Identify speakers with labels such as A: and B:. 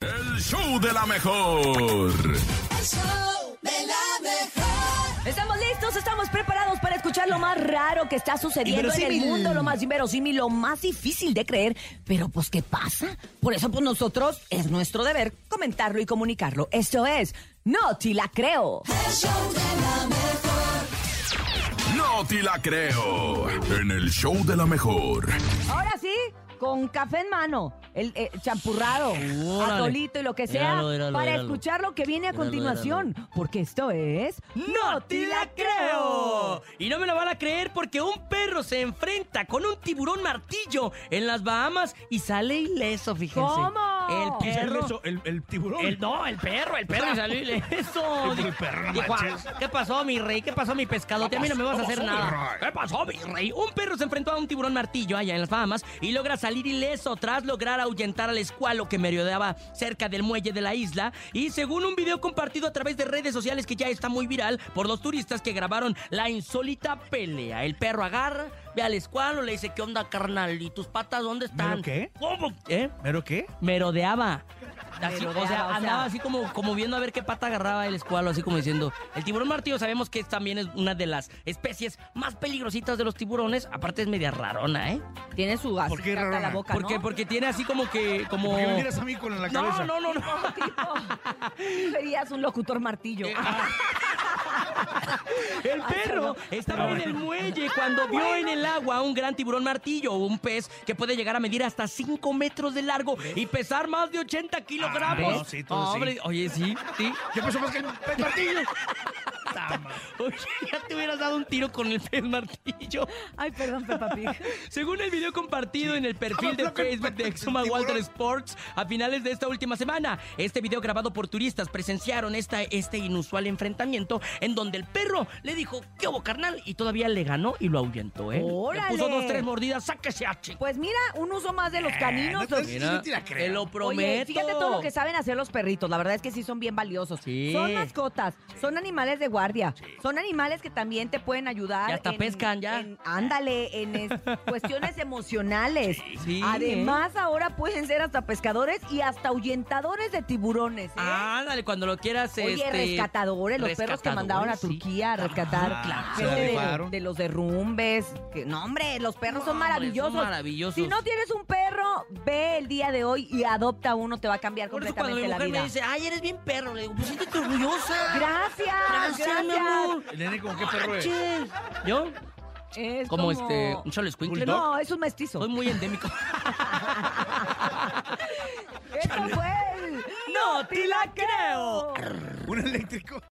A: El show de la mejor.
B: El show de la mejor.
C: Estamos listos, estamos preparados para escuchar lo más raro que está sucediendo en el
D: Inverosímil.
C: mundo, lo más inverosímil, lo más difícil de creer. Pero pues, ¿qué pasa? Por eso, pues nosotros es nuestro deber comentarlo y comunicarlo. Esto es No te la creo.
B: El show de la mejor.
A: No te la creo. En el show de la mejor.
C: Ahora sí, con café en mano, el eh, champurrado,
D: Órale.
C: atolito y lo que sea,
D: Míralo, míralo,
C: para
D: míralo.
C: escuchar lo que viene a
D: Míralo,
C: continuación. Porque esto es
D: ¡No te la creo! Y no me la van a creer porque un perro se enfrenta con un tiburón martillo en las Bahamas y sale ileso, fíjense.
C: ¿Cómo?
D: El perro.
E: Eso, el, el tiburón.
D: El, no, el perro, el perro y salió ileso.
E: Sí, el perro, no
D: Dijo,
E: manches.
D: "Ah, ¿Qué pasó, mi rey? ¿Qué pasó, mi pescadote? A mí no me vas a
E: ¿Qué
D: hacer
E: pasó, mi
D: nada.
E: rey?
D: ¿Qué pasó, mi rey? Un perro se enfrentó a un tiburón martillo allá en las Bahamas y logra salir ileso tras lograr ahuyentar al escualo que merodeaba cerca del muelle de la isla. Y según un video compartido a través de redes sociales que ya está muy viral por los turistas que grabaron la insólita pelea, el perro agarra, ve al escualo, le dice, ¿qué onda, carnal? ¿Y tus patas dónde están?
E: ¿Pero qué?
D: ¿Cómo? ¿Eh?
E: ¿Pero qué?
D: merodeaba. Así,
C: Merodeaba,
D: o
C: o sea.
D: sea, andaba así como, como viendo a ver qué pata agarraba el escualo, así como diciendo. El tiburón martillo sabemos que es- también es una de las especies más peligrositas de los tiburones. Aparte es media rarona, ¿eh?
C: Tiene su
E: ¿Por qué,
C: azúcar a la
E: Rarona?
C: boca,
D: Porque,
C: ¿no?
D: porque tiene así como que. Como...
E: ¿Por qué me miras a mí con la cabeza?
D: no, no, no, no.
C: Tipo, Serías un locutor martillo.
D: Eh,
C: Ah,
D: El perro estaba en el muelle cuando vio en el agua un gran tiburón martillo, un pez que puede llegar a medir hasta 5 metros de largo y pesar más de 80 kilogramos.
E: Ah, no, sí, todo sí.
D: Hombre, Oye, sí, sí.
E: Yo pienso más Pues que el el martillo. Ta madre.
D: Oye, ya te hubieras dado un tiro con el pez martillo.
C: Ay, perdón, Peppa Pig.
D: ah. Según el video compartido en el perfil de
E: Habla con
D: Facebook de
E: el
D: Exuma
E: tiburón.
D: Walter Sports a finales de esta última semana, este video grabado por turistas presenciaron esta, este inusual enfrentamiento en donde el perro le dijo, ¿qué hubo, carnal? Y todavía le ganó y lo ahuyentó, ¿eh?
C: ¡Órale!
D: Le puso dos, tres mordidas, sáquese a chico.
C: Pues mira, un uso más
D: Eh,
C: de los
E: no
C: caninos.
E: te-
C: los-
E: Pues, sí, no te la creo.
D: te lo prometo.
C: Oye, fíjate todo lo que saben hacer los perritos. La verdad es que sí son bien valiosos.
D: Sí.
C: Son mascotas, son animales de guardia, son animales que también te pueden ayudar.
D: Y hasta pescan, ya.
C: en- ándale, en es- cuestiones emocionales.
D: sí,
C: Además, ahora pueden ser hasta pescadores y hasta ahuyentadores de tiburones. ¿eh?
D: Ándale, cuando lo quieras,
C: Oye,
D: este,
C: rescatadores, los perros que mandaron a
D: rescatadores, sí.
C: Turquía a rescatar
D: Ah, claro.
C: gente
E: Se
C: de- de,
E: rifaron.
C: los derrumbes. Que, no, hombre, los perros son
D: No, hombre,
C: maravillosos.
D: son maravillosos.
C: Si no tienes un perro, ve el día de hoy y adopta uno, te va a cambiar
D: Por eso cuando mi
C: completamente la
D: mujer
C: vida.
D: me dice, ay, eres bien perro, le digo, pues siéntete orgullosa.
C: Gracias, gracias,
D: Gracias, mi amor.
E: El nene como qué perro es.
D: Che. ¿Yo?
C: Es
D: Como, este, un cholo escuincle, ¿no?
C: No, es un mestizo.
D: Soy muy endémico.
C: Eso fue el-
D: ¡No te la creo!
E: Un eléctrico.